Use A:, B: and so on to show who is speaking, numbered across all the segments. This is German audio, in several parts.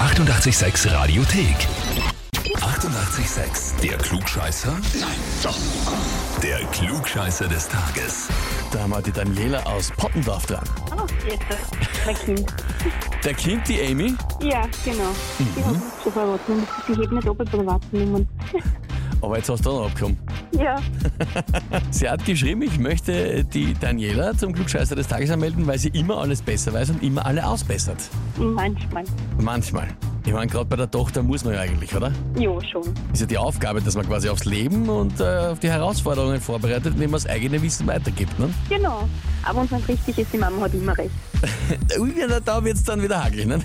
A: 886 Radiothek. 88,6. Der Klugscheißer? Nein, doch. Der Klugscheißer des Tages.
B: Da haben wir die Daniela aus Poppendorf dran.
C: Oh, jetzt. Mein Kind.
B: Der kennt die Amy
C: Ja, genau. Ich habe zu verraten. Ich hebe nicht ab bei privaten Nummern.
B: Aber jetzt hast du dann abgekommen.
C: Ja,
B: Sie hat geschrieben, ich möchte die Daniela zum Klugscheißer des Tages anmelden, weil sie immer alles besser weiß und immer alle ausbessert.
C: Mhm. manchmal.
B: Manchmal. Ich meine, gerade bei der Tochter muss man ja eigentlich, oder?
C: Ja, schon.
B: Ist ja die Aufgabe, dass man quasi aufs Leben und äh, auf die Herausforderungen vorbereitet, indem man das eigene Wissen weitergibt. Ne?
C: Genau. Aber wenn es richtig ist, die Mama hat immer recht.
B: Ui, na, da wird's dann wieder hagelig, ne?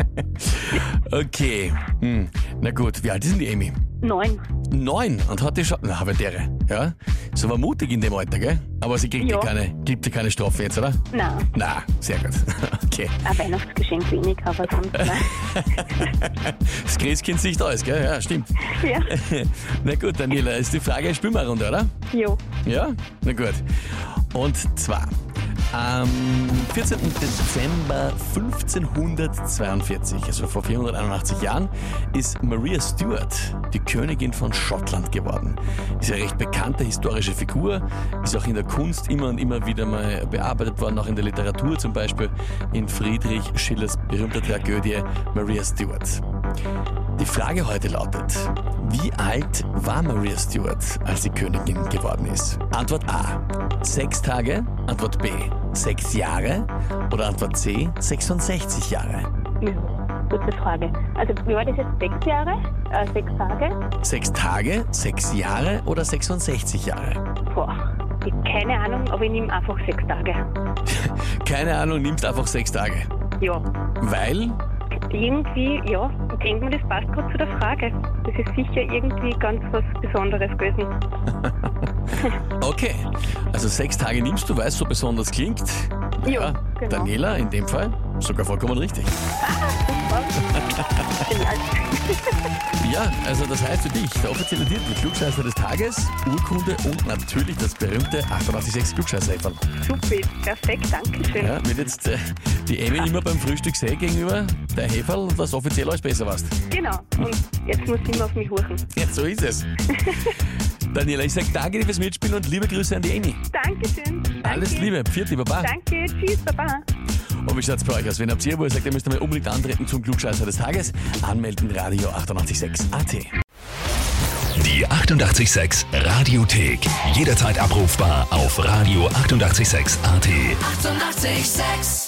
B: okay. Hm. Na gut, wie alt ist denn die Amy?
C: Nein.
B: Neun und hat die schon. Na, habe dere. Ja? Sie war mutig in dem Alter, gell? Aber sie kriegt ja.
C: Ja.
B: keine, gibt ja keine Strafe jetzt, oder?
C: Nein.
B: Na, sehr gut. Okay.
C: Ein Weihnachtsgeschenk wenig, aber sonst nein.
B: Das Christkind sieht aus, gell? Ja, stimmt.
C: ja.
B: Na gut, Daniela, ist die Frage, spielen wir eine Runde, oder?
C: Ja.
B: Ja? Na gut. Und zwar am 14. Dezember 1542, also vor 481 Jahren, ist Maria Stuart die Königin von Schottland geworden. Ist eine recht bekannte historische Figur, ist auch in der Kunst immer und immer wieder mal bearbeitet worden, auch in der Literatur zum Beispiel in Friedrich Schillers berühmter Tragödie Maria Stuart. Die Frage heute lautet, wie alt war Maria Stuart, als sie Königin geworden ist? Antwort A, sechs Tage. Antwort B, sechs Jahre. Oder Antwort C, 66 Jahre.
C: ja. Gute Frage. Also, wie war das jetzt? Sechs Jahre? Äh, sechs Tage?
B: Sechs Tage, sechs Jahre oder 66 Jahre?
C: Boah. Ich hab keine Ahnung, aber ich nehme einfach sechs Tage.
B: Keine Ahnung, nimmst einfach sechs Tage.
C: Ja.
B: Weil,
C: Irgendwie, ja. Ich denke mir, das passt gerade zu der Frage. Das ist sicher irgendwie ganz was Besonderes gewesen.
B: okay, also sechs Tage nimmst du, weil es so besonders klingt.
C: Ja, genau.
B: Daniela in dem Fall sogar vollkommen richtig.
C: also,
B: Ja, also das heißt für dich, der offizielle Titel Klugscheißer des Tages, Urkunde und natürlich das berühmte 886 klugscheißer -Eferl.
C: Super, perfekt, danke schön.
B: Ja, Wenn jetzt äh, die Amy immer beim Frühstück sehe gegenüber der Heferl, was offiziell alles besser warst.
C: Genau, und jetzt muss ich immer auf mich horchen.
B: Ja, so ist es. Daniela, ich sag danke dir fürs Mitspielen und liebe Grüße an die Amy.
C: Dankeschön. Danke.
B: Alles Liebe, Pfiat, lieber Baba.
C: Danke, tschüss, Baba.
B: Und wie schaut's bei euch aus? Wenn habt ihr wo ihr sagt, ihr müsst einmal unbedingt antreten zum Klugscheißer des Tages, anmelden Radio 886 AT.
A: Die 88,6 Radiothek. Jederzeit abrufbar auf radio886.at. 88,6.
D: Eighty-eight, sex.